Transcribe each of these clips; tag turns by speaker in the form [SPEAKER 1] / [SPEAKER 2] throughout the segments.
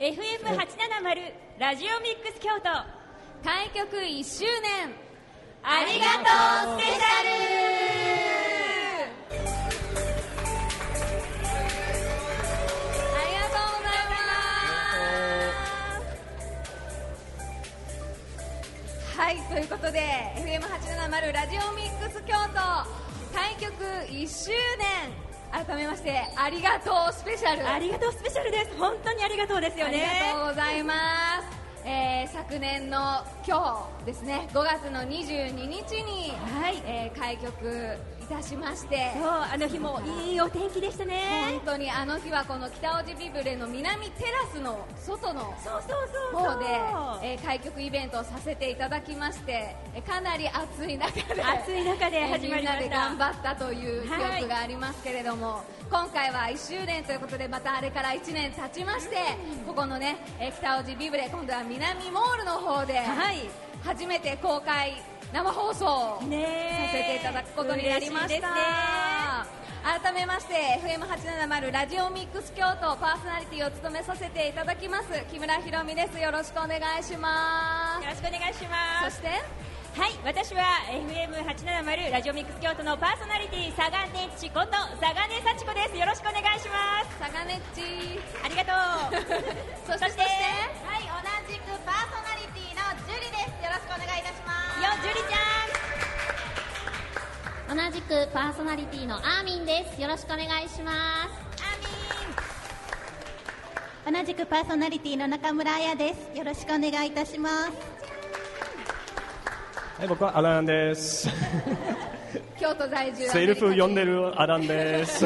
[SPEAKER 1] FM870 ラジオミックス京都
[SPEAKER 2] 開局1周年
[SPEAKER 1] ありがとうスペシャル
[SPEAKER 2] ありがとうございますはいということで FM870 ラジオミックス京都開局1周年改めましてありがとうスペシャル
[SPEAKER 1] ありがとうスペシャルです本当にありがとうですよね
[SPEAKER 2] ありがとうございます、えー昨年の今日ですね5月の22日に、
[SPEAKER 1] はい
[SPEAKER 2] えー開局いたしまして
[SPEAKER 1] そうあの日もいいお天気でした
[SPEAKER 2] 本
[SPEAKER 1] ね
[SPEAKER 2] 当にあの日はこの北尾路ビブレの南テラスの外の
[SPEAKER 1] そうそうそうそう
[SPEAKER 2] 方で、えー開局イベントをさせていただきまして、えーかなり暑い中で
[SPEAKER 1] 暑い中で
[SPEAKER 2] えー
[SPEAKER 1] 始まりました
[SPEAKER 2] みんなで頑張ったという記
[SPEAKER 1] はい
[SPEAKER 2] 憶がありますけれども、今回は1周年ということでまたあれから1年経ちまして、ここのね、えー北尾路ビブレ今度は南モールの方で、
[SPEAKER 1] はい
[SPEAKER 2] 初めて公開生放送をさせ
[SPEAKER 1] ねえ
[SPEAKER 2] ていただくことになりま
[SPEAKER 1] 嬉し
[SPEAKER 2] した。
[SPEAKER 1] いですね
[SPEAKER 2] 改めまして FM870 ラジオミックス京都パーソナリティを務めさせていただきます木村ひろみですよろしくお願いしま
[SPEAKER 1] よろしくお願いし
[SPEAKER 2] す
[SPEAKER 1] ま
[SPEAKER 2] そ
[SPEAKER 1] す
[SPEAKER 2] して
[SPEAKER 1] はい私は FM870 ラジオミックス京都のパーソナリティ佐賀ねちこと佐賀ね幸子ですよろしくお願いします
[SPEAKER 2] サガネッチ
[SPEAKER 1] ありが とう
[SPEAKER 2] そしてそして
[SPEAKER 3] はい、同じくパーソナリティのジュリです。よろしくお願いいたします。
[SPEAKER 1] よジュリちゃん
[SPEAKER 4] 同じくパーソナリティのアーミンですよろしくお願いしますアーミン同じくパーソナリティの中村彩ですよろしくお願いいたします
[SPEAKER 5] はい、僕はアラン です。
[SPEAKER 2] 京都在住
[SPEAKER 5] セルフ呼んで
[SPEAKER 2] る
[SPEAKER 5] るアランです。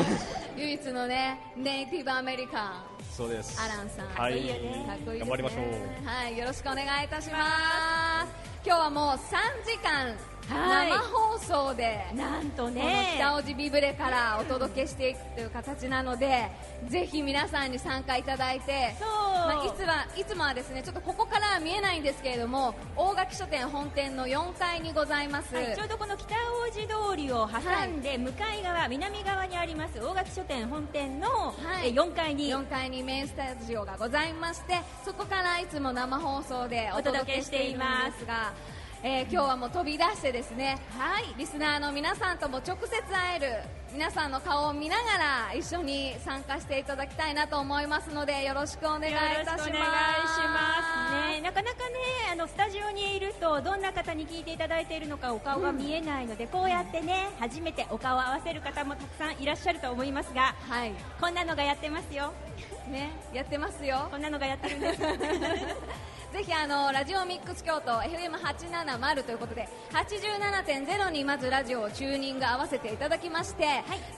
[SPEAKER 2] 唯一のねネイティブアメリカン
[SPEAKER 5] そうです。
[SPEAKER 2] アランさん、
[SPEAKER 5] はい
[SPEAKER 2] かっこいいよねかっこいいですね
[SPEAKER 5] 頑張りましょう
[SPEAKER 2] はい、よろしくお願いいたします。今日はもう3時間、
[SPEAKER 1] はい
[SPEAKER 2] 生放送で。
[SPEAKER 1] なんと
[SPEAKER 2] この
[SPEAKER 1] ね
[SPEAKER 2] 北尾路ビブレからお届けしていくという形なので、ぜひ皆さんに参加いただいて、
[SPEAKER 1] そう
[SPEAKER 2] まあ、いつはいつもはですねちょっとここからは見えないんですけれども、大垣書店本店の4階にございます、
[SPEAKER 1] はい、ちょうどこの北大路通りを挟んで向かい側、南側にあります大垣書店本店の、
[SPEAKER 2] はい
[SPEAKER 1] え4階に
[SPEAKER 2] 4階にメインスタジオがございましてそこからいつも生放送でお届けしているんですがえー今日はもう飛び出してですね、はい、リスナーの皆さんとも直接会える皆さんの顔を見ながら一緒に参加していただきたいなと思いますのでよろしくお願いい
[SPEAKER 1] よろ
[SPEAKER 2] たし
[SPEAKER 1] しくお
[SPEAKER 2] ま
[SPEAKER 1] 願
[SPEAKER 2] す
[SPEAKER 1] いしますねなかなかねあのスタジオにいるとどんな方に聞いていただいているのかお顔が見えないので、こうやってね初めてお顔を合わせる方もたくさんいらっしゃると思いますが
[SPEAKER 2] はい
[SPEAKER 1] こんなのがやってますよ
[SPEAKER 2] ね、やってますよ
[SPEAKER 1] こんなのがやってるんです
[SPEAKER 2] ぜひあのラジオミックス京都 FM870 ということで87.0にまずラジオをチューニング合わせていただきまして、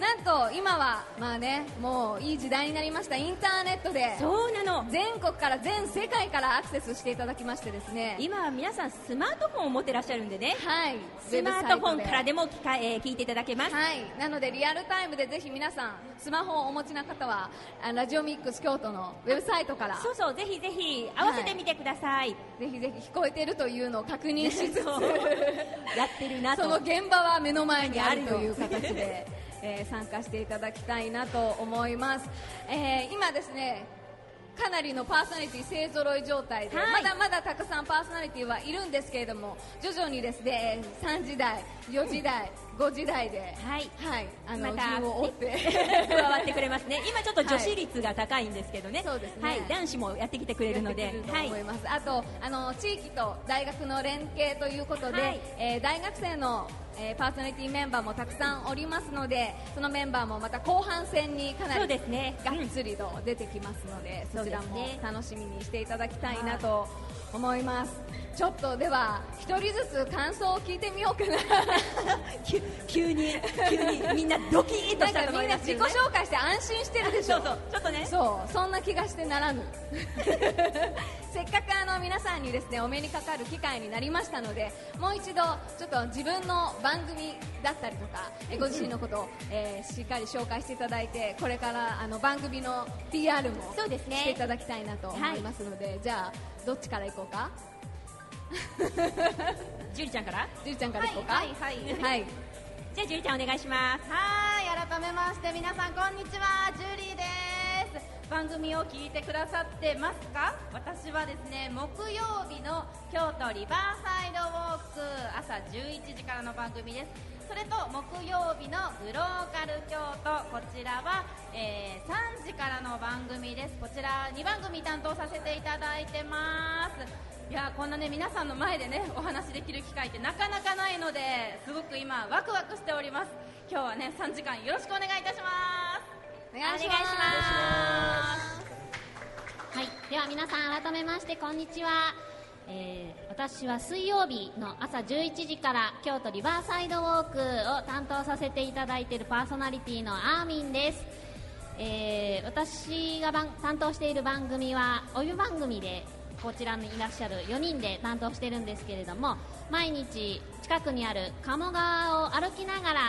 [SPEAKER 2] なんと今はまあねもういい時代になりましたインターネットで
[SPEAKER 1] そうなの
[SPEAKER 2] 全国から全世界からアクセスしていただきましてですね
[SPEAKER 1] 今は皆さんスマートフォンを持ってらっしゃるんでね
[SPEAKER 2] はい
[SPEAKER 1] スマートフォンから
[SPEAKER 2] で
[SPEAKER 1] でも聞か、えー聞いていただけます
[SPEAKER 2] はいなのでリアルタイムでぜひ皆さんスマホをお持ちの方はあラジオミックス京都のウェブサイトから
[SPEAKER 1] そうそう、ぜひぜひ合わせてみてください。
[SPEAKER 2] ぜひぜひ聞こえてるというのを確認しつつ
[SPEAKER 1] そうやってるなと。
[SPEAKER 2] その現場は目の前にあるという
[SPEAKER 1] あるよ
[SPEAKER 2] 形 で、えー参加していただきたいなと思います、えー今ですねかなりのパーソナリティ勢ぞろい状態で、
[SPEAKER 1] はい
[SPEAKER 2] まだまだたくさんパーソナリティはいるんですけれども徐々にですねえー3時台4時台、5時台では
[SPEAKER 1] はい。
[SPEAKER 2] あの
[SPEAKER 1] また
[SPEAKER 2] 順を追っ て、
[SPEAKER 1] 加わってくれます ね。今ちょっと女子率が高いんですけどね。
[SPEAKER 2] そうですね
[SPEAKER 1] はい、男子もやってきてくれるの
[SPEAKER 2] やっ
[SPEAKER 1] で
[SPEAKER 2] てくれる。と
[SPEAKER 1] はい
[SPEAKER 2] 思。います、あとあの地域と大学の連携ということで、
[SPEAKER 1] はい
[SPEAKER 2] えー大学生の、えーパーソナリティメンバーもたくさんおりますのでそのメンバーもまた後半戦にかなり
[SPEAKER 1] そうですね
[SPEAKER 2] がっつりと出てきますので、
[SPEAKER 1] うん
[SPEAKER 2] そちら
[SPEAKER 1] そう
[SPEAKER 2] も
[SPEAKER 1] ですね
[SPEAKER 2] 楽しみにしていただきたいなと思います、ちょっとでは一人ずつ感想を聞いてみようかな
[SPEAKER 1] 急急に、急に、みんなドキッとし
[SPEAKER 2] な
[SPEAKER 1] た
[SPEAKER 2] ん
[SPEAKER 1] と思
[SPEAKER 2] かみ
[SPEAKER 1] い
[SPEAKER 2] んな
[SPEAKER 1] ます
[SPEAKER 2] 自
[SPEAKER 1] け
[SPEAKER 2] 己
[SPEAKER 1] どね。
[SPEAKER 2] 紹介して安心してるでしょ
[SPEAKER 1] そうそう、ちょっとね。
[SPEAKER 2] そうそんな気がしてならぬ せっかくあの皆さんにですねお目にかかる機会になりましたのでもう一度ちょっと自分の番組だったりとかえご自身のことを、えーしっかり紹介していただいてこれからあの番組の PR も
[SPEAKER 4] そうですね
[SPEAKER 2] していただきたいなと思
[SPEAKER 4] はい
[SPEAKER 2] いますので、じゃあどっちから行こうか
[SPEAKER 1] ジュリちゃんから。
[SPEAKER 2] じゅりちゃんから行こうか
[SPEAKER 3] はいはいはい
[SPEAKER 2] はい
[SPEAKER 1] じゃあ、ジュリちゃんお願いします。
[SPEAKER 3] はい、改めまして皆さんこんにちは、ジュリーです。
[SPEAKER 1] 番組を聞いてくださってますか私はですね木曜日の京都リバーサイドウォーク朝11時からの番組ですそれと木曜日のグローカル京都こちらは、えー3時からの番組ですこちら2番組担当させていただいてますいやーこんなね皆さんの前でねお話しできる機会ってなかなかないのですごく今ワクワクしております今日はね3時間よろしくお願いいたします
[SPEAKER 2] お願いしま
[SPEAKER 6] お願いし
[SPEAKER 1] ます
[SPEAKER 6] はい、では皆さん改めましてこんにちは、えー私は水曜日の朝11時から京都リバーサイドウォークを担当させていただいているパーソナリティのアーミンです、えー私が番担当している番組はお湯番組でこちらにいらっしゃる4人で担当してるんですけれども毎日近くにある鴨川を歩きながら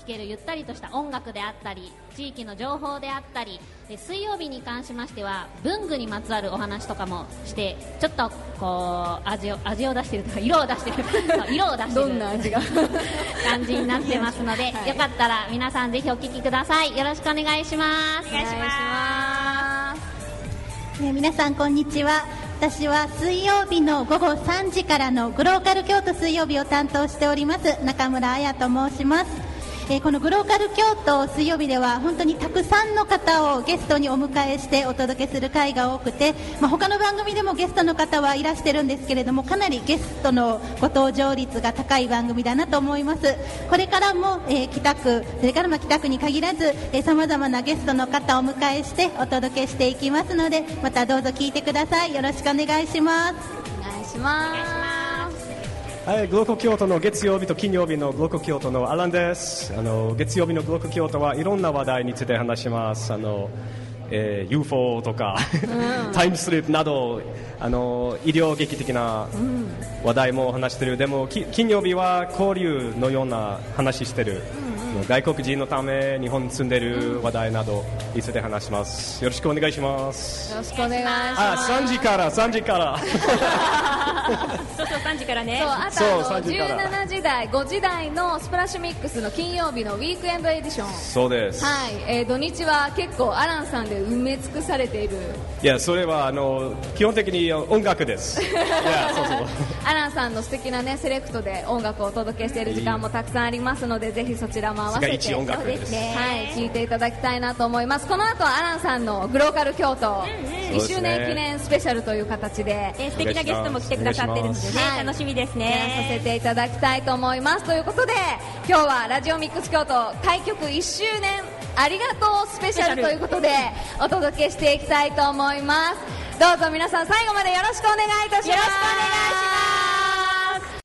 [SPEAKER 6] 聴けるゆったりとした音楽であったり地域の情報であったりで水曜日に関しましては文具にまつわるお話とかもしてちょっとこう味を味を出してるとか色を出 してるそう色を出してる
[SPEAKER 2] どんな味が
[SPEAKER 6] 感じになってますので、
[SPEAKER 2] はい
[SPEAKER 6] よかったら皆さんぜひお聞きくださいよろしくお願いします
[SPEAKER 2] お願いします
[SPEAKER 4] ね、皆さんこんにちは私は水曜日の午後3時からのグローカル京都水曜日を担当しております中村彩と申します、えーこのグローカル京都水曜日では本当にたくさんの方をゲストにお迎えしてお届けする回が多くて、まあ、他の番組でもゲストの方はいらしてるんですけれどもかなりゲストのご登場率が高い番組だなと思いますこれからも、えー北区それからまあ北区に限らずさまざまなゲストの方をお迎えしてお届けしていきますのでまたどうぞ聞いてくださいよろしくお願いします
[SPEAKER 2] お願いします
[SPEAKER 7] はい、グロコ京都の月曜日と金曜日のグロコ京都のアランです。あの月曜日のグロコ京都はいろんな話題について話します。あの、えー UFO とか、タイムスリープなどあの医療劇的な話題も話してる。でもき金曜日は交流のような話してる。外国人のため日本に住んでる話題などについて話します。よろしくお願いします。
[SPEAKER 2] よろしくお願いし
[SPEAKER 7] あ、
[SPEAKER 2] ます
[SPEAKER 7] 3時から3時から。
[SPEAKER 8] そうそう3時からね
[SPEAKER 2] そうあ
[SPEAKER 7] そう
[SPEAKER 2] とあの
[SPEAKER 7] 3時から
[SPEAKER 2] 17時台5時台のスプラッシュミックスの金曜日のウィークエンドエディション
[SPEAKER 7] そうです。
[SPEAKER 2] はい、えー土日は結構アランさんで埋め尽くされている
[SPEAKER 7] いやそれはあの基本的に音楽ですいやそうそう
[SPEAKER 2] アランさんの素敵なねセレクトで音楽をお届けしている時間もたくさんありますのでぜひそちらも合わせ
[SPEAKER 7] 世界
[SPEAKER 2] て
[SPEAKER 7] 一音楽です
[SPEAKER 2] そうはい聞いていただきたいなと思いますこの後はアランさんのグローカル京都1周年記念スペシャルという形で
[SPEAKER 8] えー素敵なゲストも来てくださってるので
[SPEAKER 7] お願い
[SPEAKER 8] ね
[SPEAKER 7] し
[SPEAKER 2] ます
[SPEAKER 8] 楽しみです
[SPEAKER 2] やらさせ
[SPEAKER 8] ね
[SPEAKER 2] ていただきたいと思いますということで今日はラジオミックス京都開局1周年ありがとうスペシャルということでお届けしていきたいと思いますどうぞ皆さん最後までよろしくお願いいたします
[SPEAKER 8] よろしくお願いし
[SPEAKER 2] ます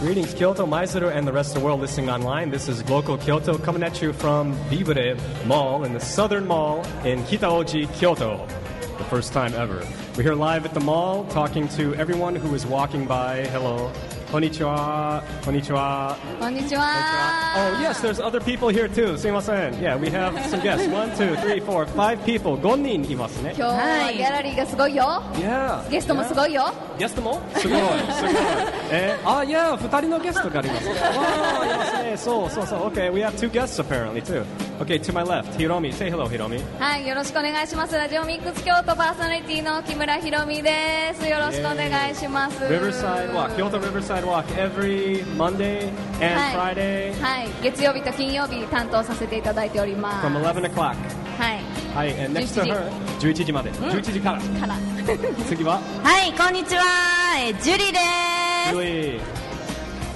[SPEAKER 7] Greetings Kyoto, Maizuru and the rest of the world listening online This is Local Kyoto coming at you from Bibure Mall in the Southern Mall in Kitaoji, Kyoto The first time ever We're here live at the mall talking to everyone who is walking by Hello Konnichiwa Konnichiwa
[SPEAKER 2] こんにちは
[SPEAKER 7] Oh yes, there's other people here too. すいません Yeah, we have some guests. One, two, three, four, five people. 5人いますね。
[SPEAKER 2] 今日はギャラリーがすごいよ
[SPEAKER 7] Yeah.
[SPEAKER 2] ゲストもすごいよ
[SPEAKER 7] ゲストもす ごい、すごい。えー、あ、いや、二人のゲストがあります。わあ、いますね。そう、そう、そう。Okay, we have two guests apparently too. Okay, to my left, Hiromi. Say hello, Hiromi.
[SPEAKER 2] はいよろしくお願いしますラジオミックス京都パーソナリティの木村ひろみですよろしくお願いします
[SPEAKER 7] Riverside Walk, Kyoto Riverside Walk, every Monday and
[SPEAKER 2] はい
[SPEAKER 7] Friday
[SPEAKER 2] はい、月曜日と金曜日担当させていただいております。
[SPEAKER 7] from
[SPEAKER 2] は
[SPEAKER 7] 11 o'clock.
[SPEAKER 2] い、
[SPEAKER 7] はい、and next to her, 11時まで。11時から。
[SPEAKER 2] から。
[SPEAKER 7] 次は、
[SPEAKER 9] はい、こんにちは、えージュリで
[SPEAKER 7] Julie.
[SPEAKER 9] す。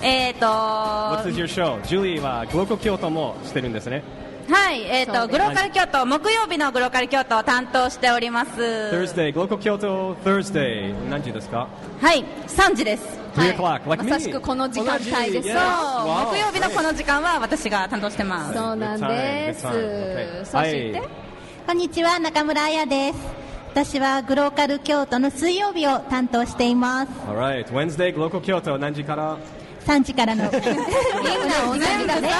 [SPEAKER 9] えっ、と、は
[SPEAKER 7] What is your show? Julie は Global Kyoto もしてるんですね。
[SPEAKER 9] い、えっ、
[SPEAKER 2] そう
[SPEAKER 9] と、グローカル京都、木曜日のグローカル京都を担当しております。
[SPEAKER 7] Thursday, Global Kyoto Thursday. 何時ですか
[SPEAKER 9] はい、3時です。
[SPEAKER 7] ?3 o'clock,
[SPEAKER 2] ま
[SPEAKER 7] like me.
[SPEAKER 2] さしくこの時間帯です。
[SPEAKER 7] 同じ Yes.
[SPEAKER 9] そう、
[SPEAKER 7] Wow.
[SPEAKER 9] 木曜日のこの時間は私が担当してます。
[SPEAKER 2] そうなんです
[SPEAKER 7] Good time, good time. Okay.。
[SPEAKER 2] そして、
[SPEAKER 7] はい
[SPEAKER 4] こんにちは中村彩です私はグローカル京都の水曜日を担当しています
[SPEAKER 7] All right. Wednesday, Local Kyoto, 何時から
[SPEAKER 4] 3時からの
[SPEAKER 2] みんな同じだね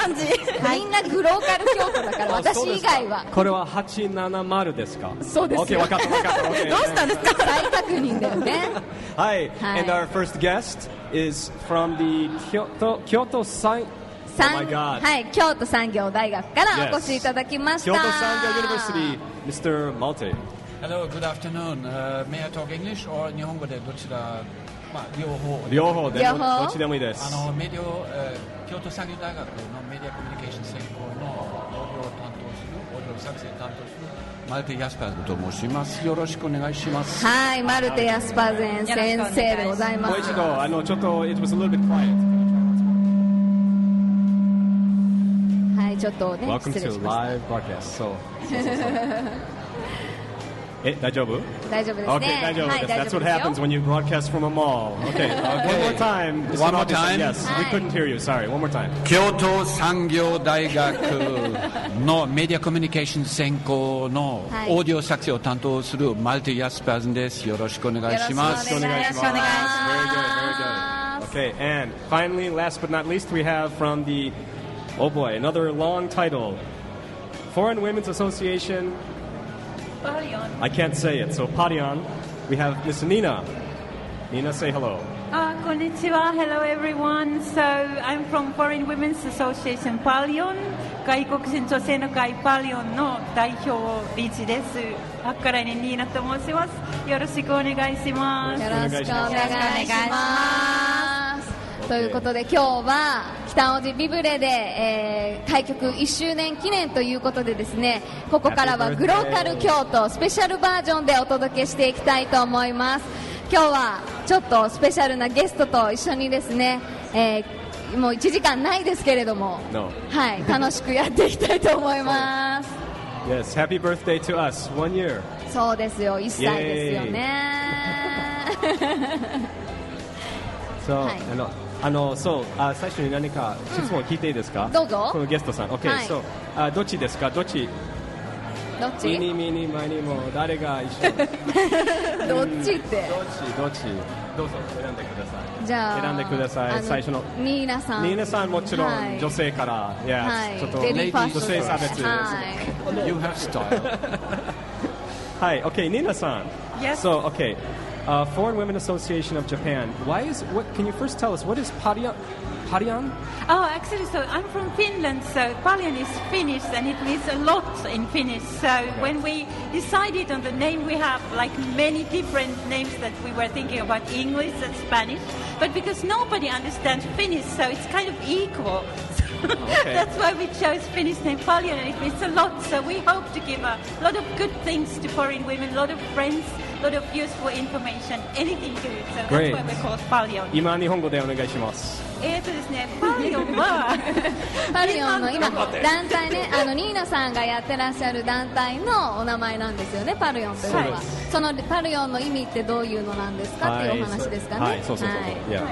[SPEAKER 2] みんなグローカル京都だから私以外は
[SPEAKER 7] これは870ですか
[SPEAKER 2] そうですよ
[SPEAKER 7] OK、わかったわかった。どう したんですか
[SPEAKER 2] 再確認だよ ね
[SPEAKER 7] はい。
[SPEAKER 2] はい
[SPEAKER 7] And our first guest is from the Kyoto, Kyoto San... Oh
[SPEAKER 2] 産
[SPEAKER 7] my God.
[SPEAKER 2] はい京都産業大学からお越しいただきました
[SPEAKER 7] Kyoto Sangha University, Mr. Malte.
[SPEAKER 10] Hello, good afternoon. Uh, may I talk English or 日本語でどちら、まあ、両方。
[SPEAKER 7] 両方で
[SPEAKER 2] 両
[SPEAKER 7] ど
[SPEAKER 2] 方
[SPEAKER 7] どっちでもいいです。
[SPEAKER 10] あのメディア、えー、京都産業大学のメディアコミュニケーション専攻のオーディオを担当する、オーディオ作成担当する、マルテ・ヤスパーズと申します。よろしくお願いします。
[SPEAKER 2] はいマルテ・ヤスパゼン先生でございま
[SPEAKER 7] もう
[SPEAKER 2] す
[SPEAKER 7] 一度、あのちょっと、it was a little bit quiet.
[SPEAKER 2] はいちょっとね
[SPEAKER 7] Welcome
[SPEAKER 2] 失礼
[SPEAKER 7] to
[SPEAKER 2] しまし
[SPEAKER 7] live broadcast. そう。え、大丈夫
[SPEAKER 2] た大丈夫ですね
[SPEAKER 7] Eh, Okay, 大丈夫
[SPEAKER 2] はい
[SPEAKER 7] です。
[SPEAKER 2] 大
[SPEAKER 7] That's
[SPEAKER 2] 丈夫
[SPEAKER 7] what
[SPEAKER 2] です
[SPEAKER 7] happens
[SPEAKER 2] よ
[SPEAKER 7] when you broadcast from a mall. Okay, one more time. Mr.
[SPEAKER 10] One more
[SPEAKER 7] Malte said
[SPEAKER 10] time.
[SPEAKER 7] Yes, we couldn't hear you. Sorry, one more time.
[SPEAKER 10] 京都産業大学のメディアコミュニケーション専攻の
[SPEAKER 2] はい
[SPEAKER 10] オーディオ作成を担当するマルテ・ヤスパーズです。よろしくお願いします。
[SPEAKER 2] よろしくお願いします
[SPEAKER 7] Very good, very good. Okay, and finally, last but not least, we have from the oh boy, another long title, Foreign Women's Association. I can't say it, so Parion. We have Miss Nina. Nina, say hello.
[SPEAKER 11] Uh, konnichiwa, hello everyone. So I'm from Foreign Women's Association PALION 外国人女性の会 PALION の代表理事です。あっからねニーナと申します。よろしくお願いします。
[SPEAKER 2] よろしくお願いします。ということで今日は北大路ビブレで、えー開局1周年記念ということでですねここからはグローカル京都スペシャルバージョンでお届けしていきたいと思います今日はちょっとスペシャルなゲストと一緒にですね、えーもう1時間ないですけれども、
[SPEAKER 7] No.
[SPEAKER 2] はい、楽しくやっていきたいと思います
[SPEAKER 7] Yes, happy birthday to us. One year.
[SPEAKER 2] そうですよ1歳ですよね
[SPEAKER 7] So,
[SPEAKER 2] はい
[SPEAKER 7] あのあのそうあ ah, 最初に何か質問聞いていいですか、
[SPEAKER 2] どうぞ
[SPEAKER 7] このゲストさん OK、
[SPEAKER 2] はい
[SPEAKER 7] そうあどっちですかどっち
[SPEAKER 2] どっち
[SPEAKER 7] ミニミニマニも誰が一緒
[SPEAKER 2] どっち
[SPEAKER 7] どっち
[SPEAKER 2] って
[SPEAKER 7] どっちどうぞ選んでください
[SPEAKER 2] じゃあ
[SPEAKER 7] 選んでください
[SPEAKER 2] あ
[SPEAKER 7] 最初の
[SPEAKER 2] ニーナさん
[SPEAKER 7] ニーナさんもちろん、
[SPEAKER 2] はい
[SPEAKER 7] 女性から、y e
[SPEAKER 2] はい
[SPEAKER 7] ちょっと
[SPEAKER 2] レディーファースト
[SPEAKER 7] 女性差別
[SPEAKER 2] はい
[SPEAKER 10] You have style.
[SPEAKER 7] はい、OK、ニーナさん。
[SPEAKER 11] Yes.
[SPEAKER 7] So, OK、uh, Foreign Women Association of Japan. Why is what? Can you first tell us what is Parian? Parian?
[SPEAKER 11] Oh, actually, so I'm from Finland, so Palion is Finnish and it means a lot in Finnish. So when we decided on the name, we have like many different names that we were thinking about English and Spanish. But because nobody understands Finnish, so it's kind of equal. So
[SPEAKER 7] Okay.
[SPEAKER 11] That's why we chose Finnish name Palion and it means a lot. So we hope to give a lot of good things to foreign women, a lot of friends, a lot of useful information, anything good. So
[SPEAKER 7] Great.
[SPEAKER 11] that's why we call it Palion.
[SPEAKER 7] 今日本語でお願いします。
[SPEAKER 11] えーとですね、パリオンは
[SPEAKER 2] パリオンの今団体ねあのニーナさんがやってらっしゃる団体のお名前なんですよねパリオンというのは
[SPEAKER 11] はい
[SPEAKER 2] そのパリオンの意味ってどういうのなんですかっていうお話ですかね
[SPEAKER 7] はい、そうそうそうそう。
[SPEAKER 2] はい
[SPEAKER 7] Yeah.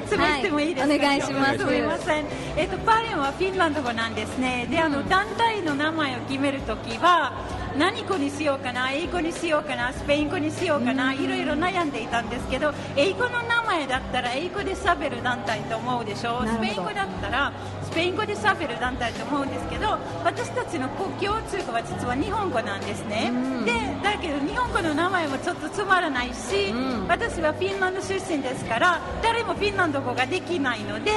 [SPEAKER 11] 説明してもいいですか、
[SPEAKER 2] はいお願いします
[SPEAKER 11] すみません、えっとパレンはフィンランド語なんですねであの団体の名前を決めるときは何語にしようかな英語にしようかなスペイン語にしようかな、いろいろ悩んでいたんですけど英語の名前だったら英語で喋る団体と思うでしょう
[SPEAKER 2] なるほど
[SPEAKER 11] スペイン語だったらスペイン語で喋る団体と思うんですけど私たちの国共通語は実は日本語なんですね、でだけど日本語の名前もちょっとつまらないし、私はフィンランド出身ですから誰もフィンランド語ができないので、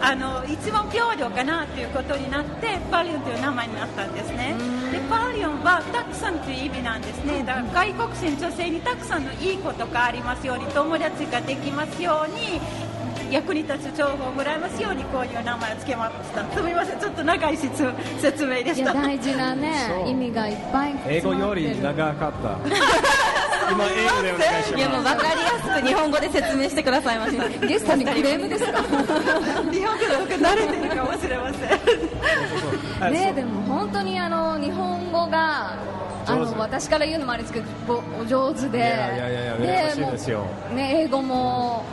[SPEAKER 11] あの一番平等かなということになってパリオンという名前になったんですね、でパリオンはたくさんという意味なんですねだから外国人女性にたくさんのいいことがありますように友達ができますように役に立つ情報をもらえますようにこういう名前をつけましたすみませんちょっと長い説説明で
[SPEAKER 2] い
[SPEAKER 11] し
[SPEAKER 2] や
[SPEAKER 11] た
[SPEAKER 2] 大事なね
[SPEAKER 7] そう
[SPEAKER 2] 意味がいっぱい
[SPEAKER 7] 英語
[SPEAKER 2] 詰ま
[SPEAKER 7] よ
[SPEAKER 2] って
[SPEAKER 7] り
[SPEAKER 2] る
[SPEAKER 7] 長 かった。今英語でお願いし
[SPEAKER 1] いやもう
[SPEAKER 7] ま
[SPEAKER 1] 分かりやすく日本語で説明してくださいました
[SPEAKER 2] ゲストにクレームですか
[SPEAKER 11] 日本語の僕慣れてるかもしれま
[SPEAKER 7] す。
[SPEAKER 11] せん
[SPEAKER 2] ねでも本当にあの日本語があ
[SPEAKER 7] 上手
[SPEAKER 2] の私から言うのもあれですけどぼお上手で
[SPEAKER 7] いやいやいやいや羨ましい
[SPEAKER 2] もう
[SPEAKER 7] ですよ
[SPEAKER 2] ね英語も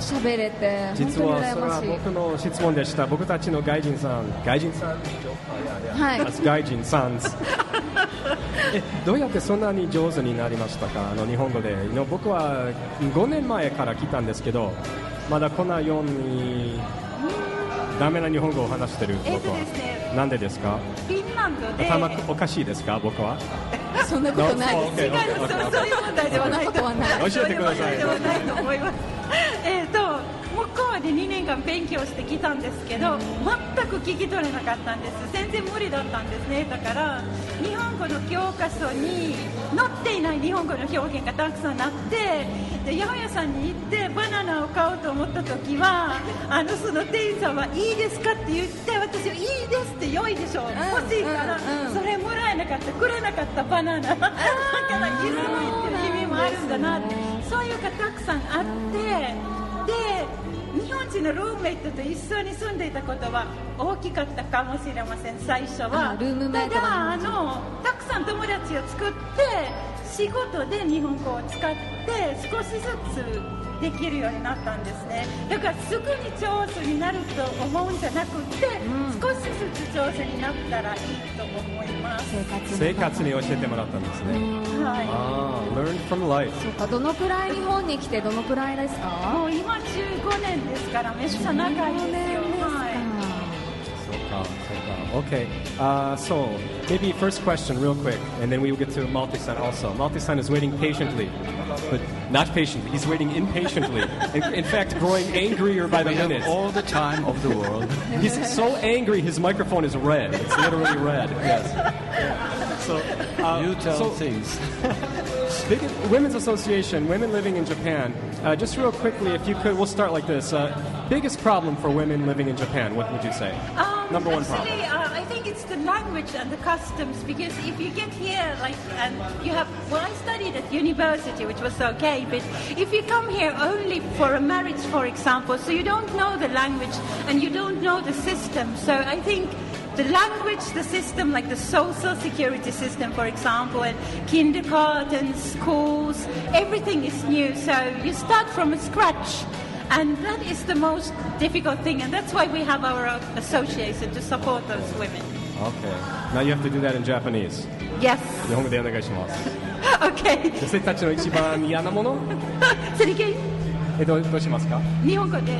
[SPEAKER 2] 喋れて本
[SPEAKER 7] 実
[SPEAKER 2] 当に
[SPEAKER 7] はそ
[SPEAKER 2] 羨
[SPEAKER 7] れは
[SPEAKER 2] ましい
[SPEAKER 7] 僕の質問でした。僕たちの外人さん、外人さん、
[SPEAKER 2] はい
[SPEAKER 7] 外人さん、えどうやってそんなに上手になりましたかあの日本語での僕は5年前から来たんですけどまだこんなようにダメな日本語を話してる僕
[SPEAKER 11] えっと
[SPEAKER 7] は、
[SPEAKER 11] ですね
[SPEAKER 7] なんでですか
[SPEAKER 11] フィンランドで
[SPEAKER 7] 頭おかしいですか僕は
[SPEAKER 2] そんなことないです。
[SPEAKER 7] 違い
[SPEAKER 11] 違うそうそういう問題ではないと思います
[SPEAKER 7] 教えてください
[SPEAKER 11] そうう問題ではないと思いますえっと向こうで2年間勉強してきたんですけど全く聞き取れなかったんです全然無理だったんですねだから日本語の教科書に載っていない日本語の表現がたくさんあってで八百屋さんに行ってバナナを買おうと思った時はあのその店員さんは「いいですか?」って言って私は「いいです」って良いでしょう欲しいから
[SPEAKER 2] うんうん
[SPEAKER 11] それもらえなかったくれなかったバナナ だからいらないっていう意味もあるんだなってそういうがたくさんあってで日本人のルームメイトと一緒に住んでいたことは大きかったかもしれません最初
[SPEAKER 2] あ
[SPEAKER 11] は
[SPEAKER 2] ルームメイ
[SPEAKER 11] た
[SPEAKER 2] トが
[SPEAKER 11] だあのたくさん友達を作って仕事で日本語を使って少しずつできるようになったんですねだからすぐに上手になると思うんじゃなくて、少しずつ上手になったらいいと思います、
[SPEAKER 7] 生活に教えてもらったんですね
[SPEAKER 10] Ah.
[SPEAKER 11] は
[SPEAKER 7] ああ learn from life
[SPEAKER 2] そうかどのくらい日本に来てどのくらいです
[SPEAKER 11] い、
[SPEAKER 2] か？
[SPEAKER 11] もう今15年ですからめっちゃ長いですよはい
[SPEAKER 7] So far, so far. Okay, uh, so maybe first question real quick, and then we will get to Malti-san also. Malti-san is waiting patiently, but not patiently. He's waiting impatiently. in, in fact, growing angrier by the
[SPEAKER 10] We have
[SPEAKER 7] minute.
[SPEAKER 10] all the time of the world.
[SPEAKER 7] He's so angry, his microphone is red. It's literally red. Yes. So, uh,
[SPEAKER 10] You tell
[SPEAKER 7] so
[SPEAKER 10] things.
[SPEAKER 7] Big- Women's Association, women living in Japan. Uh, just real quickly, if you could, we'll start like this. Uh, biggest problem for women living in Japan, what would you say?
[SPEAKER 11] Um,
[SPEAKER 7] Number one problem.
[SPEAKER 11] actually, uh, I think it's the language and the customs because if you get here, like, and you have, well, I studied at university, which was okay, but if you come here only for a marriage, for example, so you don't know the language and you don't know the system, so I think the language, the system, like the social security system, for example, and kindergarten, schools, everything is new, so you start from scratch. And that is the most difficult thing, and that's why we have our uh, association to support those women.
[SPEAKER 7] Okay. Now you have to do that in Japanese.
[SPEAKER 11] Yes.
[SPEAKER 7] 日本語でお願いします。
[SPEAKER 11] Okay.
[SPEAKER 7] 女性たちの一番嫌なもの、
[SPEAKER 11] それで
[SPEAKER 7] えどうどうしますか
[SPEAKER 11] 日本語で。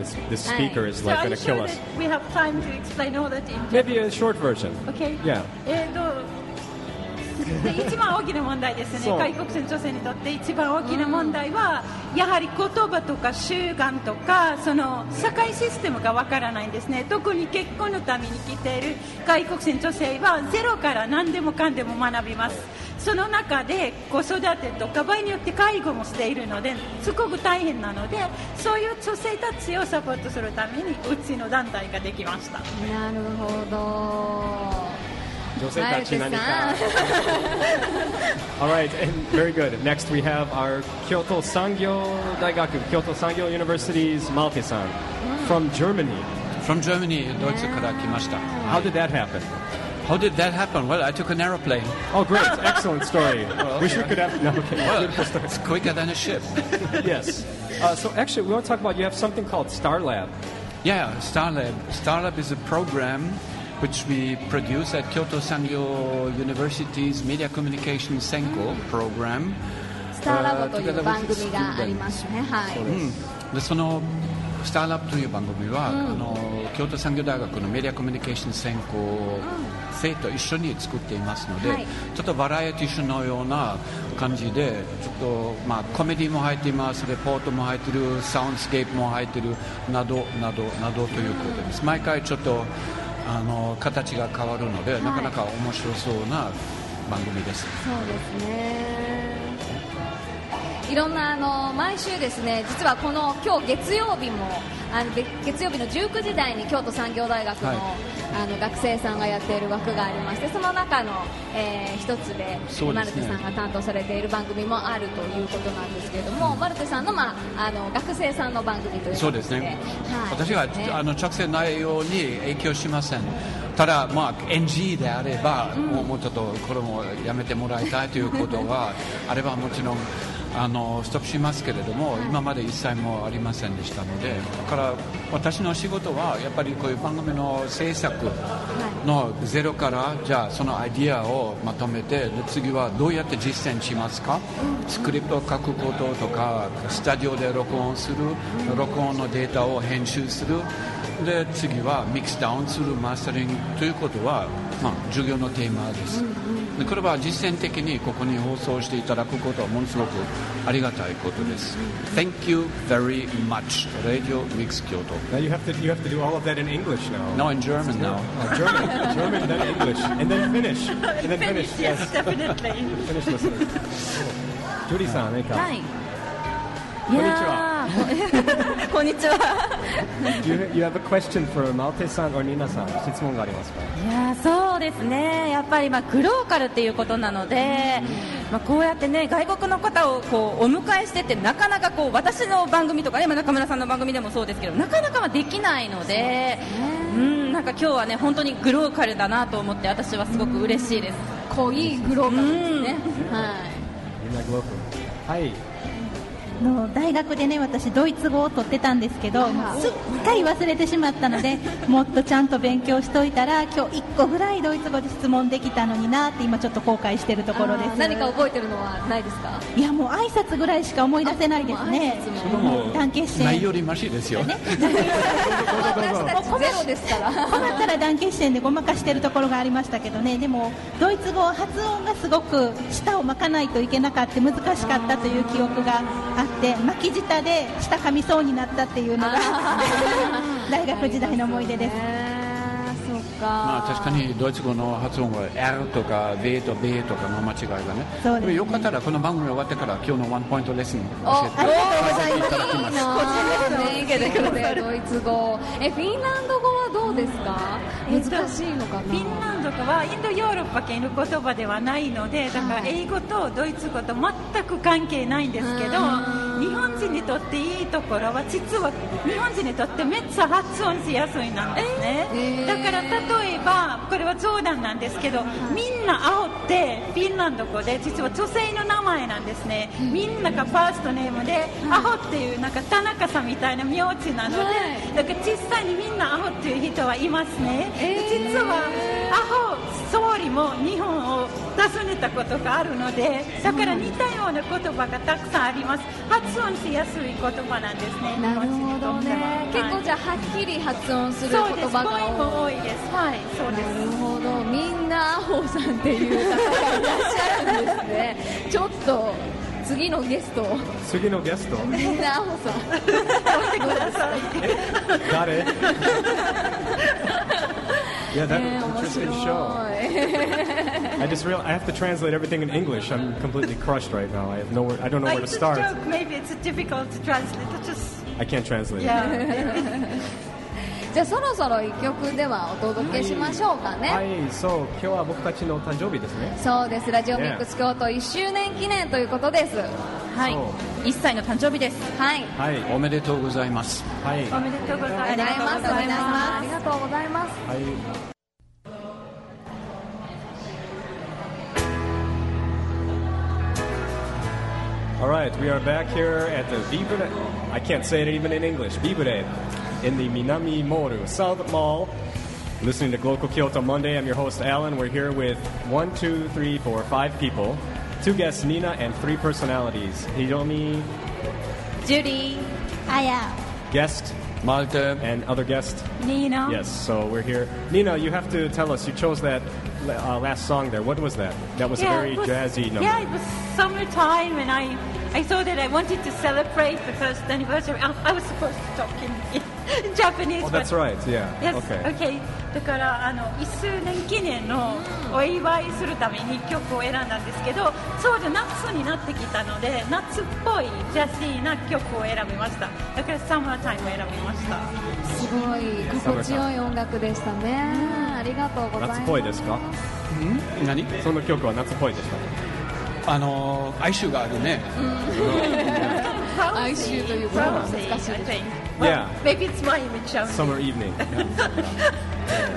[SPEAKER 7] this, this speaker is
[SPEAKER 11] So
[SPEAKER 7] like
[SPEAKER 11] are
[SPEAKER 7] gonna
[SPEAKER 11] you sure
[SPEAKER 7] kill us.
[SPEAKER 11] that we have time to explain all that in?
[SPEAKER 7] Maybe a short version.
[SPEAKER 11] Okay.
[SPEAKER 7] Yeah.
[SPEAKER 11] えーとで一番大きな問題ですね、
[SPEAKER 7] そう
[SPEAKER 11] 外国人女性にとって一番大きな問題は、やはり言葉とか習慣とか、その社会システムがわからないんですね、特に結婚のために来ている外国人女性は、ゼロから何でもかんでも学びます、その中で子育てとか、場合によって介護もしているので、すごく大変なので、そういう女性たちをサポートするために、うちの団体ができました。
[SPEAKER 2] なるほど。
[SPEAKER 7] 女性たち何か
[SPEAKER 2] マルテさん
[SPEAKER 7] All right, and very good. Next we have our Kyoto Sangyo Daigaku, Kyoto Sangyo University's Malte-san from Germany.
[SPEAKER 10] From Germany, ドイツから来ました。
[SPEAKER 7] How did that happen?
[SPEAKER 10] How did that happen? Well, I took an aeroplane.
[SPEAKER 7] Oh, great. Excellent story. Wish we could have... No, okay.
[SPEAKER 10] Well, it's quicker than a ship.
[SPEAKER 7] Yes. Uh, so actually, we want to talk about, you have something called Star Lab.
[SPEAKER 10] Yeah, Starlab. Starlab is a program which we produce at Kyoto Sangyo University's Media Communication Senko program.
[SPEAKER 2] スターラボという番組がありますね。はい。
[SPEAKER 10] でその「スターラップ」という番組は、あの京都産業大学のメディアコミュニケーション専攻生と一緒に作っていますので、
[SPEAKER 2] はい
[SPEAKER 10] ちょっとバラエティー種のような感じでちょっと、まあ、コメディも入っていますレポートも入ってるサウンドスケープも入ってるなどなどなどということです毎回ちょっとあの形が変わるので、なかなか面白そうな番組です
[SPEAKER 2] そうですねいろんなあの毎週ですね実はこの今日月曜日もあので月曜日の19時台に京都産業大学の,、
[SPEAKER 10] はい
[SPEAKER 2] あの学生さんがやっている枠がありましてその中の、えー一つで
[SPEAKER 10] そう
[SPEAKER 2] マ
[SPEAKER 10] で
[SPEAKER 2] ル
[SPEAKER 10] す
[SPEAKER 2] テ
[SPEAKER 10] ね
[SPEAKER 2] さんが担当されている番組もあるということなんですけれども、マルテさんの,、まあ、あの学生さんの番組ということ
[SPEAKER 10] そうですね、
[SPEAKER 2] はい、
[SPEAKER 10] 私は、
[SPEAKER 2] ですね
[SPEAKER 10] あの直接内容に影響しません、ただ、まあ、NG であれ ば、もうもうちょっとこれもやめてもらいたいということがあれば、もちろんあのストップしますけれども、今まで一切もありませんでしたのでだから私の仕事はやっぱりこういう番組の制作のゼロからじゃあそのアイディアをまとめてで次はどうやって実践しますか、スクリプトを書くこととかスタジオで録音する、録音のデータを編集するで次はミックスダウンするマスタリングということは、まあ、授業のテーマです、でこれは実践的にここに放送していただくことはものすごくありがたいことです、Thank you very much Radio Mix Kyoto
[SPEAKER 7] Now you have to you have to do all of that in English now.
[SPEAKER 10] Now in German now
[SPEAKER 7] Uh, German, German, then English, and then Finnish, and then Finnish.
[SPEAKER 11] Finish, yes, definitely.
[SPEAKER 7] Finnish listeners. Judy-san, hey,
[SPEAKER 12] は
[SPEAKER 7] Kyle.
[SPEAKER 12] い。
[SPEAKER 7] こんにちは
[SPEAKER 12] やー。こんにちは。
[SPEAKER 7] Do you, you have a question for Malte-san or Nina-san? 質問がありますか？
[SPEAKER 12] いやーそうですね、やっぱりまあグローカルっていうことなので、まあ、こうやってね外国の方をこうお迎えしてって、なかなかこう私の番組とか、ね、まあ中村さんの番組でもそうですけど、なかなかはできないので、うんなんか今日はね本当にグローカルだなと思って、私はすごく嬉しいです。
[SPEAKER 2] 濃いグローバルですね、
[SPEAKER 12] はい
[SPEAKER 7] みんなグローブ。はい。
[SPEAKER 4] あの大学でね私ドイツ語を取ってたんですけどすっかり忘れてしまったのでもっとちゃんと勉強しといたら今日1個ぐらいドイツ語で質問できたのになって今ちょっと後悔してるところです
[SPEAKER 2] 何か覚えてるのはないですか
[SPEAKER 4] いやもう挨拶ぐらいしか思い出せないですね
[SPEAKER 10] それも
[SPEAKER 4] 団結して
[SPEAKER 10] ないよりマシですよ
[SPEAKER 2] 私たちゼロですから
[SPEAKER 4] 困ったら団結視点でごまかしてるところがありましたけどねでもドイツ語は発音がすごく舌を巻かないといけなかった難しかったという記憶があって巻き舌で舌噛みそうになったっていうのが 大学時代の思い出です
[SPEAKER 2] あーそっか、
[SPEAKER 10] まあ、確かにドイツ語の発音は R とか V と B とかの間違いがね
[SPEAKER 4] そうですね
[SPEAKER 10] もよかったらこの番組終わってから今日のワンポイントレッスン教えて
[SPEAKER 4] ありがとうございま
[SPEAKER 2] いい
[SPEAKER 4] す
[SPEAKER 2] なぁ、ね、ドイツ語、えフィンランド語はどうですか、難しいのかな、
[SPEAKER 11] フィンランド語はインドヨーロッパ系の言葉ではないのでだから英語とドイツ語と全く関係ないんですけど日本人にとっていいところは実は日本人にとってめっちゃ発音しやすいなんですね、
[SPEAKER 2] えー
[SPEAKER 11] だから例えばこれは冗談なんですけどみんな煽ってフィンランド語で実は女性の名前なんですねみんながファーストネームでアホっていうなんか田中さんみたいな名字なので、
[SPEAKER 2] はい
[SPEAKER 11] だから実際にみんなアホっていう人はいますね、
[SPEAKER 2] えー
[SPEAKER 11] 実はアホ総理も日本を訪ねたことがあるのでだから似たような言葉がたくさんあります発音しやすい言葉なんですね
[SPEAKER 2] なるほどね、
[SPEAKER 11] 日
[SPEAKER 2] 結
[SPEAKER 11] 本人にとっ
[SPEAKER 2] 構じ
[SPEAKER 11] ては
[SPEAKER 2] ゃあ、はっきり発音する言
[SPEAKER 11] そうです
[SPEAKER 2] 葉
[SPEAKER 11] 声も
[SPEAKER 2] が多
[SPEAKER 11] 多
[SPEAKER 2] い。
[SPEAKER 11] いですはいそうです
[SPEAKER 2] なるほど、みんなアホさんっていう方がいらっしゃるんですね。ちょっと次のゲストを、
[SPEAKER 7] 次のゲスト
[SPEAKER 2] みんなアホさん。
[SPEAKER 7] 誰？Yeah, that
[SPEAKER 2] ね面
[SPEAKER 7] interesting show.
[SPEAKER 2] 白い。
[SPEAKER 7] I just real I have to translate everything in English. I'm completely crushed right now. I have nowhere. I don't know where to
[SPEAKER 11] It's a
[SPEAKER 7] start.
[SPEAKER 11] joke. Maybe it's difficult to translate. It's just,
[SPEAKER 7] I can't translate. it.
[SPEAKER 11] yeah.
[SPEAKER 2] じゃあそろそろ一曲ではお届けしましょうかね。
[SPEAKER 7] はい、そう今日は僕たちの誕生日ですね。
[SPEAKER 2] そうです、ラジオミックス京都1周年記念ということです。
[SPEAKER 12] はい
[SPEAKER 7] そ
[SPEAKER 12] 1歳の誕生日です
[SPEAKER 2] はい。
[SPEAKER 7] はい、
[SPEAKER 10] おめでとうございます
[SPEAKER 7] はい、
[SPEAKER 11] おめでとうございます。
[SPEAKER 2] ありがとうございます。ありがとうございます。
[SPEAKER 7] はい。All right, we are back here at the Vibra. I can't say it even in English. Vibra in the Minami Moru South Mall. Listening to Global Kyoto Monday. I'm your host Alan. We're here with one, two, three, four, five people. Two guests, Nina, and three personalities. Hiromi,
[SPEAKER 12] ジュリー
[SPEAKER 4] あや
[SPEAKER 7] guest,
[SPEAKER 10] マルテ
[SPEAKER 7] and other guest.
[SPEAKER 11] ニーナ
[SPEAKER 7] Yes, so we're here. Nina, you have to tell us. You chose that uh, last song there. What was that? That was a very jazzy number.
[SPEAKER 11] Yeah, it was summertime, and I, I thought that I wanted to celebrate the first anniversary. I, I was supposed to talk in, in Japanese.
[SPEAKER 7] oh, that's
[SPEAKER 11] but-
[SPEAKER 7] right. Yeah.
[SPEAKER 11] Yes,
[SPEAKER 7] okay.
[SPEAKER 11] okay. だからあの1周年記念のお祝いするために曲を選んだんですけどちょうど夏になってきたので夏っぽいジャジーな曲を選びましただから「サマータイム」を選びました
[SPEAKER 2] すごい心地よい音楽でしたね。ありがとうございます。
[SPEAKER 7] 夏っぽいですか？
[SPEAKER 10] 何
[SPEAKER 7] その曲は夏っぽいでし
[SPEAKER 10] あの哀愁があるね
[SPEAKER 2] 哀愁という
[SPEAKER 11] p
[SPEAKER 2] か
[SPEAKER 11] r
[SPEAKER 2] 難
[SPEAKER 11] o
[SPEAKER 2] し
[SPEAKER 11] d
[SPEAKER 2] い
[SPEAKER 11] l y I
[SPEAKER 2] でし
[SPEAKER 7] た。Yeah,
[SPEAKER 11] think maybe it's my image of
[SPEAKER 7] summer evening.
[SPEAKER 2] ょ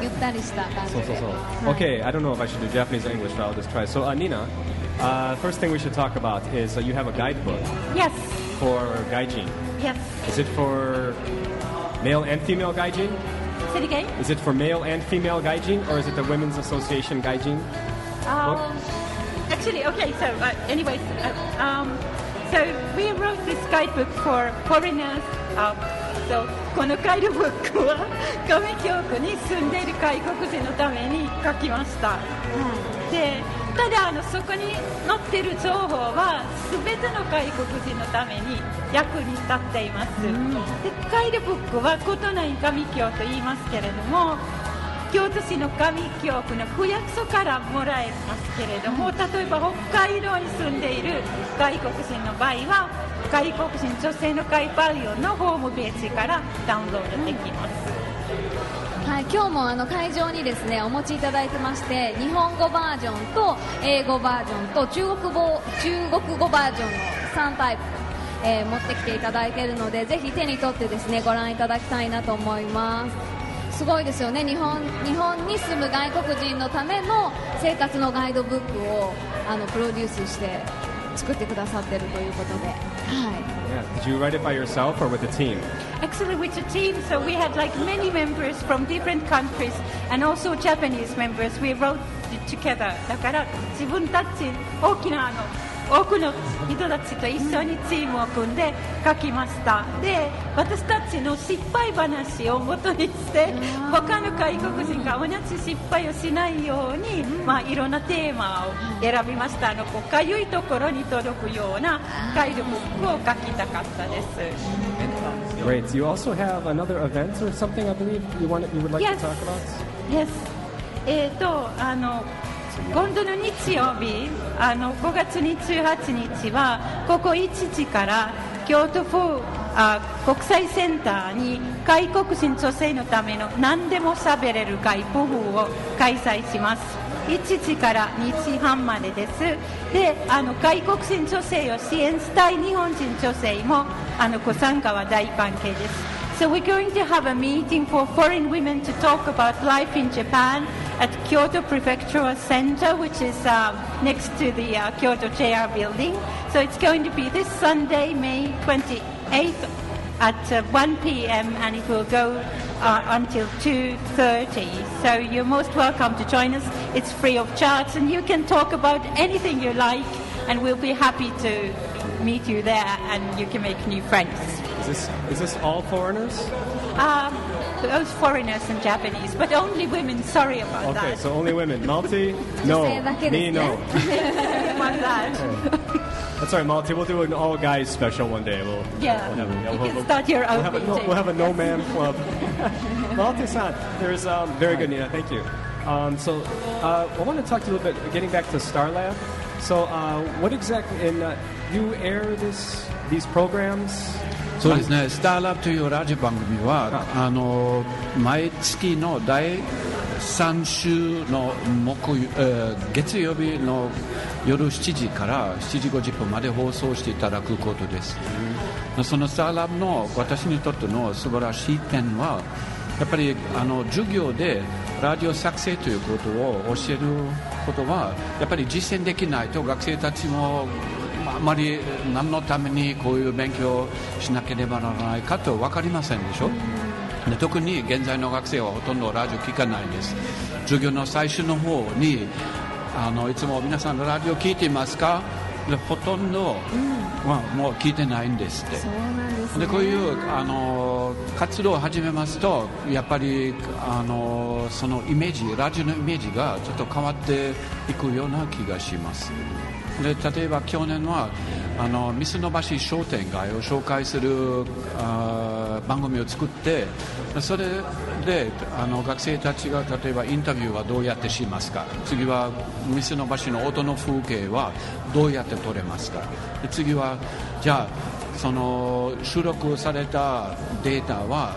[SPEAKER 2] ゆったりした感じ
[SPEAKER 7] so
[SPEAKER 2] で。
[SPEAKER 7] so so.
[SPEAKER 2] はい
[SPEAKER 7] Okay, I don't know if I should do Japanese or English, but I'll just try. So, uh, Nina, Uh, first thing we should talk about is uh, you have a guidebook
[SPEAKER 11] Yes,
[SPEAKER 7] for gaijin.
[SPEAKER 11] yes.
[SPEAKER 7] Is it for male and female gaijin?
[SPEAKER 11] Say it again.
[SPEAKER 7] Is it for male and female gaijin, or is it the Women's Association gaijin?
[SPEAKER 11] Um, actually, okay, so, uh, anyways, uh, um, so we wrote this guidebook for foreigners. Um, so このガイドブックは 亀京区に住んでいる外国人のために書きました、でただあのそこに載ってる情報は全ての外国人のために役に立っています、でガイドブックはことない神京と言いますけれども京都市の上京区の区役所からもらえますけれども、例えば北海道に住んでいる外国人の場合は外国人女性の会パイオのホームページからダウンロードできます、
[SPEAKER 2] はい、今日もあの会場にですねお持ちいただいてまして日本語バージョンと英語バージョンと中国語中国語バージョンの3タイプ、えー持ってきていただいているのでぜひ手に取ってですねご覧いただきたいなと思いますすごいですよね日本日本に住む外国人のための生活のガイドブックをあのプロデュースして作ってくださってるということで、はい、
[SPEAKER 7] Yeah. Did you write it by yourself or with a team?
[SPEAKER 11] Actually, with the team, so we had like many members from different countries and also Japanese members. We wrote it together. だから自分たち大きなあの多くの人たちと一緒にチームを組んで書きました。で、私たちの失敗話を元にして、他の外国人が同じ失敗をしないように、まあいろんなテーマを選びました。あのこうかゆいところに届くようなガイドブックを書きたかったです。
[SPEAKER 7] Great. You also have another event or something, I believe, you want you would like
[SPEAKER 11] Yes.
[SPEAKER 7] to talk about?
[SPEAKER 11] です。えっ、とあの今度の日曜日あの5月28日はここ1時から京都府あ国際センターに外国人女性のための何でも喋れる会ポフを開催します1時から2時半までですであの外国人女性を支援したい日本人女性もあのご参加は大関係です So we're going to have a meeting for foreign women to talk about life in Japan at Kyoto Prefectural Center, which is um, next to the uh, Kyoto JR building. So it's going to be this Sunday, May 28th at uh, 1 p.m. and it will go uh, until 2.30. So you're most welcome to join us. It's free of charge and you can talk about anything you like and we'll be happy to meet you there and you can make new friends.
[SPEAKER 7] Is this is this all foreigners?
[SPEAKER 11] Um, those foreigners and Japanese, but only women. Sorry about
[SPEAKER 7] Okay,
[SPEAKER 11] that.
[SPEAKER 7] so only women. Malty, no.
[SPEAKER 2] say that
[SPEAKER 7] Me,
[SPEAKER 2] is-
[SPEAKER 7] no.
[SPEAKER 11] Sorry about that.
[SPEAKER 7] That's all right, Malty. We'll do an all guys special one day. We'll
[SPEAKER 11] Yeah,
[SPEAKER 7] we'll have,
[SPEAKER 11] you
[SPEAKER 7] we'll-
[SPEAKER 11] can start your
[SPEAKER 7] we'll
[SPEAKER 11] own
[SPEAKER 7] have a no,
[SPEAKER 11] meeting.
[SPEAKER 7] we'll have a no man club. Malty-san, there's um, very good, Nina. Thank you. Um, so uh, I want to talk to you a little bit. Getting back to Star Lab. So uh, what exactly? And uh, you air this these programs.
[SPEAKER 10] そうですね、スターラブというラジオ番組は、あの毎月の第3週の木、えー月曜日の夜7時から7時50分まで放送していただくことです。そのスターラブの私にとっての素晴らしい点は、やっぱりあの授業でラジオ作成ということを教えることは、やっぱり実践できないと学生たちもまああまり何のためにこういう勉強をしなければならないかと分かりませんでしょ。で特に現在の学生はほとんどラジオ聞かないです授業の最終の方にあのいつも皆さんラジオ聞いていますかでほとんど、まあ、もう聞いてないんですってでこういうあの活動を始めますとやっぱりあのそのイメージラジオのイメージがちょっと変わっていくような気がしますで例えば去年はあの三つの橋商店街を紹介するあー番組を作ってそれであの学生たちが例えばインタビューはどうやってしますか次は三つの橋の音の風景はどうやって撮れますかで次はじゃあその収録されたデータは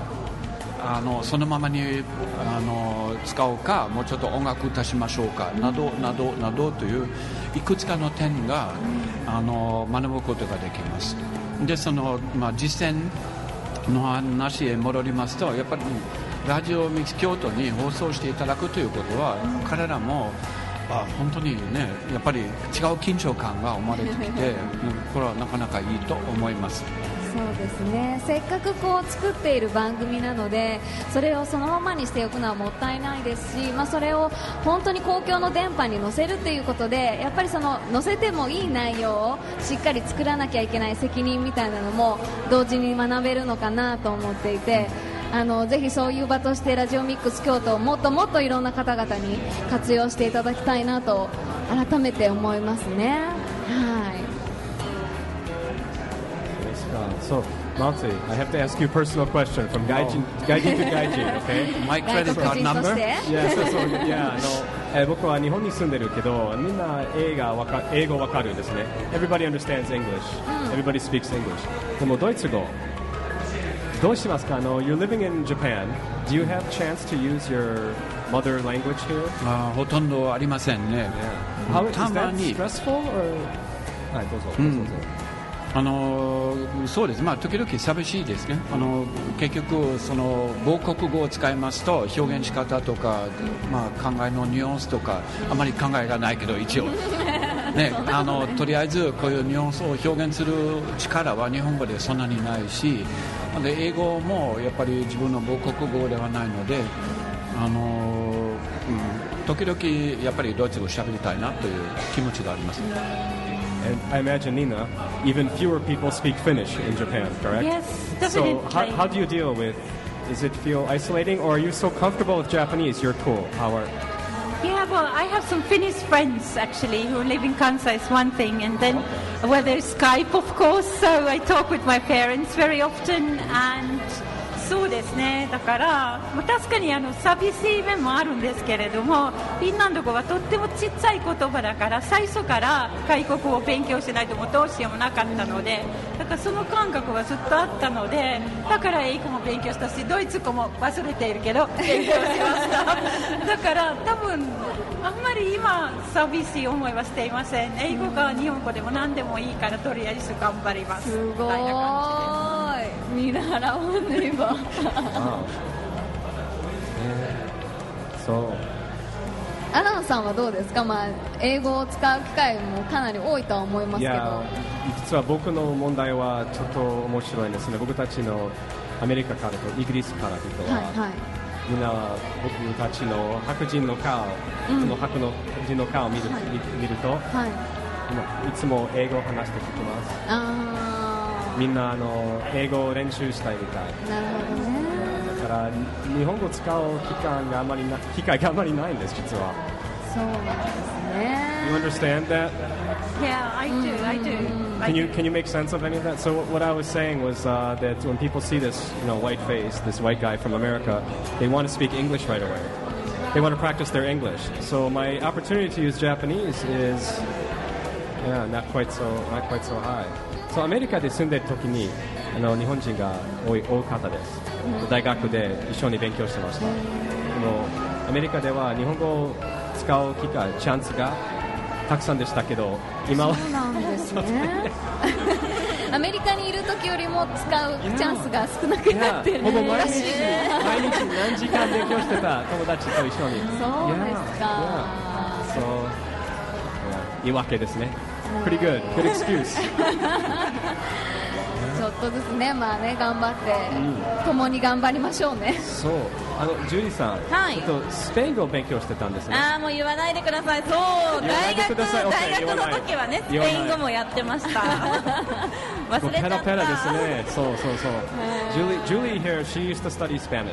[SPEAKER 10] あのそのままにあの使おうかもうちょっと音楽足しましょうかなどなどなどといういくつかの点があの学ぶことができますでその、まあ、実践の話へ戻りますとやっぱりラジオミキ京都に放送していただくということは彼らもあ本当にねやっぱり違う緊張感が生まれてき てうんこれはなかなかいいと思います
[SPEAKER 2] そうですねせっかくこう作っている番組なのでそれをそのままにしておくのはもったいないですし、まあ、それを本当に公共の電波に載せるということでやっぱりその載せてもいい内容をしっかり作らなきゃいけない責任みたいなのも同時に学べるのかなと思っていて。あのぜひそういう場としてラジオミックス京都をもっともっといろんな方々に活用していただきたいなと改めて思いますね。はい
[SPEAKER 7] Uh, so, Monty, I have to ask you a personal question from Gaijin, Gaijin to Gaijin, okay?
[SPEAKER 10] My
[SPEAKER 2] 外
[SPEAKER 10] credit card
[SPEAKER 2] 国人と
[SPEAKER 10] number?
[SPEAKER 2] して
[SPEAKER 7] Yeah, so, so, yeah, あ の、えー、Eh, 僕は日本に住んでるけど、みんな英語わか英語わかるんですね。Everybody understands English.、Everybody speaks English. でもドイツ語。どうしますかあの、You're living in Japan. Do you have chance to use your mother language here?
[SPEAKER 10] あほとんどありませんね
[SPEAKER 7] How,
[SPEAKER 10] た
[SPEAKER 7] is
[SPEAKER 10] ま
[SPEAKER 7] that
[SPEAKER 10] に
[SPEAKER 7] stressful or? Hmm. はい、どうぞ。どうぞ
[SPEAKER 10] あのそうです、まあ、時々寂しいですね、あの結局、その母国語を使いますと表現仕方とか、まあ、考えのニュアンスとかあまり考えがないけど一応、ね、あのとりあえずこういうニュアンスを表現する力は日本語でそんなにないしで英語もやっぱり自分の母国語ではないので。あのうん時々やっぱりドイツ語喋りたいなという気持ちがあります。
[SPEAKER 7] And I imagine Nina, even fewer people speak Finnish in Japan, correct?
[SPEAKER 11] Yes,
[SPEAKER 7] So how,
[SPEAKER 11] definitely.
[SPEAKER 7] how do you deal with? Is it feel isolating, or are you so comfortable with Japanese? You're cool. How are?
[SPEAKER 11] Yeah, well, I have some Finnish friends actually who live in Kansai is one thing, and then well, there's Skype, of course. So I talk with my parents very often, and そうですね。だから、まあ、確かにあの寂しい面もあるんですけれども、フィンランド語はとってもちっちゃい言葉だから、最初から外国語を勉強しないともうどうしようもなかったので、だからその感覚はずっとあったので、だから英語も勉強したし、ドイツ語も忘れているけど勉強しま した。だから多分あんまり今寂しい思いはしていません。英語か日本語でも何でもいいからとりあえず頑張ります。
[SPEAKER 2] すご
[SPEAKER 11] みたいな感じです
[SPEAKER 2] ーい見習わねば
[SPEAKER 7] So
[SPEAKER 2] アランさんはどうですか、まあ、英語を使う機会もかなり多いとは思います
[SPEAKER 7] い
[SPEAKER 2] けど
[SPEAKER 7] や実は僕の問題はちょっと面白いですね僕たちのアメリカからとイギリスから人は、
[SPEAKER 2] はいはい
[SPEAKER 7] みんな僕たちの白人の顔、その白の白人の顔を見る,、見ると、
[SPEAKER 2] はい
[SPEAKER 7] い、いつも英語を話して聞きます
[SPEAKER 2] あ
[SPEAKER 7] みんなあの英語を練習したいみたい
[SPEAKER 2] ーなるほどね
[SPEAKER 7] だから日本語を使う機会があまりな機会があまりないんです実は
[SPEAKER 2] そうなんですね
[SPEAKER 7] You understand that?
[SPEAKER 11] Yeah, I do, I do. I
[SPEAKER 7] Can
[SPEAKER 11] do.
[SPEAKER 7] you can you make sense of any of that? So what I was saying was uh, that when people see this you know white face, this white guy from America, they want to speak English right away. They want to practice their English. So my opportunity to use Japanese is yeah not quite so not quite so high. So アメリカで住んでる時にあの日本人が多い多かったです。大学で一緒に勉強してました。でもアメリカでは日本語を使う機会チャンスがたくさんでしたけど今は
[SPEAKER 2] そうなんですねアメリカにいる時よりも使うチャンスが少なく
[SPEAKER 7] い
[SPEAKER 2] なっ
[SPEAKER 7] や
[SPEAKER 2] てる
[SPEAKER 7] ほぼ毎
[SPEAKER 2] ら
[SPEAKER 7] 日
[SPEAKER 2] しいね
[SPEAKER 7] 毎日何時間勉強してた友達と一緒に
[SPEAKER 2] そうですか
[SPEAKER 7] Yeah. So, yeah. いいわけですね Pretty good, good excuse
[SPEAKER 2] ちょっとずつねまあね頑張って共に頑張りましょうね
[SPEAKER 7] そうあのジュリーさん、
[SPEAKER 12] はい
[SPEAKER 7] ちょっとスペイン語を勉強してたんですね
[SPEAKER 12] ああもう言わないでくださいそう
[SPEAKER 7] 言わない
[SPEAKER 12] 大
[SPEAKER 7] でく
[SPEAKER 12] 学
[SPEAKER 7] ださい OK
[SPEAKER 12] 大学
[SPEAKER 7] 言わない
[SPEAKER 12] の時はねスペ
[SPEAKER 7] 言わない
[SPEAKER 12] イン語もやってました 忘れちゃ
[SPEAKER 7] ペ
[SPEAKER 12] っ
[SPEAKER 7] ラ
[SPEAKER 12] た
[SPEAKER 7] ペラですねそうそうそう Julie, Julie here, she used to study Spanish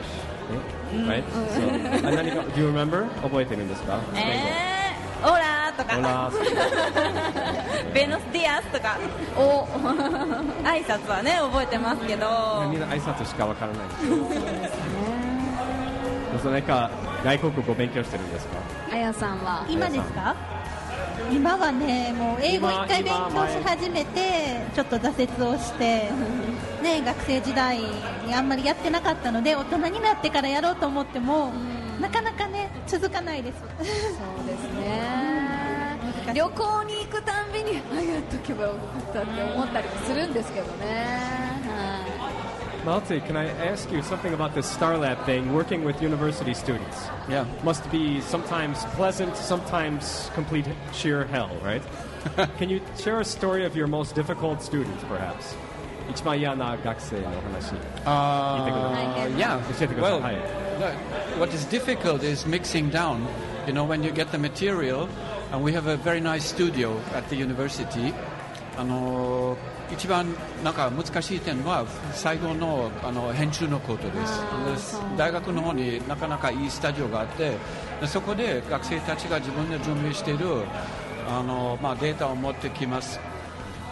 [SPEAKER 7] Right? So, あ何か Do you remember? 覚えてるんですかスペイン語
[SPEAKER 12] えー、オラーとか
[SPEAKER 7] オラ
[SPEAKER 12] ベノスディアスとか
[SPEAKER 2] お
[SPEAKER 12] 挨拶はね覚えてますけど
[SPEAKER 7] みんな挨拶しかわからないですそうなんか外国語勉強してるんですか
[SPEAKER 2] あやさんは
[SPEAKER 4] 今ですか今はねもう英語一回勉強し始めてちょっと挫折をして、ね、学生時代にあんまりやってなかったので大人になってからやろうと思ってもなかなかね続かないです
[SPEAKER 2] そうですね旅行に行くたんびにあやっとけばよかったって思ったりもするんですけどね、は
[SPEAKER 7] Malte, can I ask you something about this Starlab thing, working with university students?
[SPEAKER 10] Yeah.
[SPEAKER 7] Must be sometimes pleasant, sometimes complete sheer hell, right? can you share a story of your most difficult student, perhaps? 一番嫌な学生の話。
[SPEAKER 10] Uh, yeah.
[SPEAKER 7] 教えてください。
[SPEAKER 10] Well,
[SPEAKER 7] はい。
[SPEAKER 10] look, what is difficult is mixing down. You know, when you get the material, and we have a very nice studio at the university. あの一番なんか難しい点は最後のあの編集のことですで大学の方になかなかいいスタジオがあってでそこで学生たちが自分で準備しているあの、まあ、データを持ってきます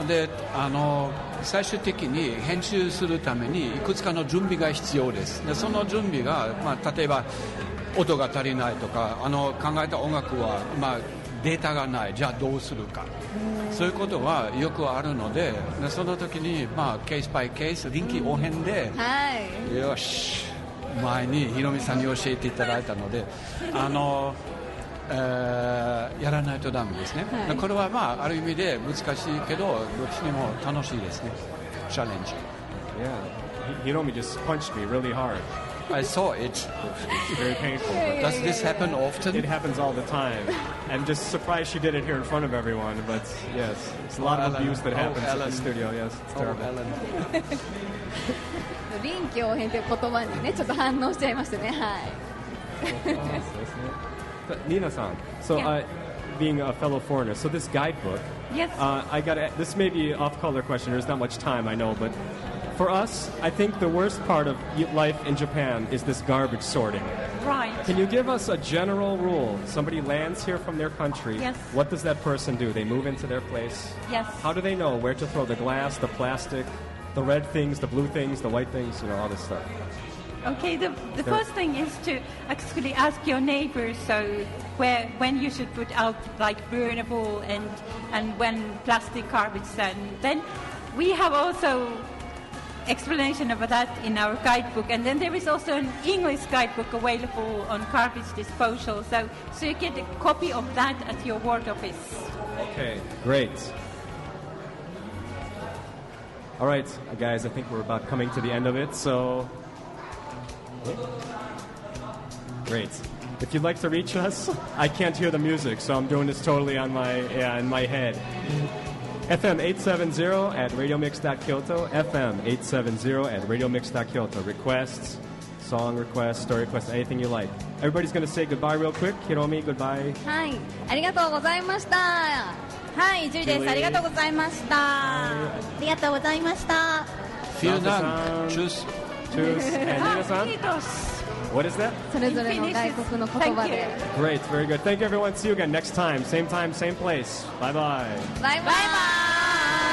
[SPEAKER 10] であの最終的に編集するためにいくつかの準備が必要ですでその準備が、まあ、例えば音が足りないとかあの考えた音楽は、まあ、データがないじゃあどうするかそういうことはよくあるのででその時に、まあ、ケースバイケース臨機応変で、
[SPEAKER 2] はい
[SPEAKER 10] よし前にヒロミさんに教えていただいたのであの、えーやらないとダメですね、
[SPEAKER 2] はい
[SPEAKER 10] これはまあある意味で難しいけどどっちにも楽しいですねチャレンジ
[SPEAKER 7] Yeah. Hi- Hiromi just punched me really hard.
[SPEAKER 10] I saw it
[SPEAKER 7] It's very painful. but
[SPEAKER 10] Does this happen
[SPEAKER 7] It
[SPEAKER 10] often?
[SPEAKER 7] happens all the time. I'm just surprised she did it here in front of everyone, but yes, it's a lot
[SPEAKER 10] Oh,
[SPEAKER 7] of
[SPEAKER 10] Ellen.
[SPEAKER 7] abuse that
[SPEAKER 10] Oh,
[SPEAKER 7] happens at
[SPEAKER 10] Ellen.
[SPEAKER 7] the studio. Yes, it's
[SPEAKER 10] Oh,
[SPEAKER 7] terrible.
[SPEAKER 10] Ellen.
[SPEAKER 2] 臨機応変という言葉にねちょっと反応しちゃいましたねはい。
[SPEAKER 7] So, Nina-san, so uh, being a fellow foreigner, so this guidebook.
[SPEAKER 11] Yes.
[SPEAKER 7] Uh, I got to this may be an off-color question. There's not much time, I know, but for us, I think the worst part of y- life in Japan is this garbage sorting.
[SPEAKER 11] Right.
[SPEAKER 7] Can you give us a general rule? Somebody lands here from their country.
[SPEAKER 11] Yes.
[SPEAKER 7] What does that person do? They move into their place.
[SPEAKER 11] Yes.
[SPEAKER 7] How do they know where to throw the glass, the plastic, the red things, the blue things, the white things, you know, all this stuff?
[SPEAKER 11] Okay, the, the first thing is to actually ask your neighbors so where when you should put out like burnable and and when plastic garbage and then we have also explanation about that in our guidebook and then there is also an English guidebook available on garbage disposal so so you get a copy of that at your ward office.
[SPEAKER 7] Okay, great. All right, guys, I think we're about coming to the end of it, so. Great. If you'd like to reach us, I can't hear the music, so I'm doing this totally on my, yeah, in my head. FM 870 at radiomix.kyoto, FM 870 at radiomix.kyoto. Requests, song requests, story requests, anything you like. Everybody's going to say goodbye real quick. Hiromi, goodbye.
[SPEAKER 2] はい、ありがとうございました。はい、ジュリです。ありがとうございました。
[SPEAKER 4] ありがとうございました
[SPEAKER 7] Danke-san.
[SPEAKER 10] Vielen Dank. Tschüss.
[SPEAKER 7] Tschüss. And Nina-san,
[SPEAKER 11] Kiitos.
[SPEAKER 7] what is that?
[SPEAKER 2] それぞれの外国の言葉で。
[SPEAKER 7] Great, very good. Thank you, everyone. See you again next time. Same time, same place. Bye bye.
[SPEAKER 2] バイバイ。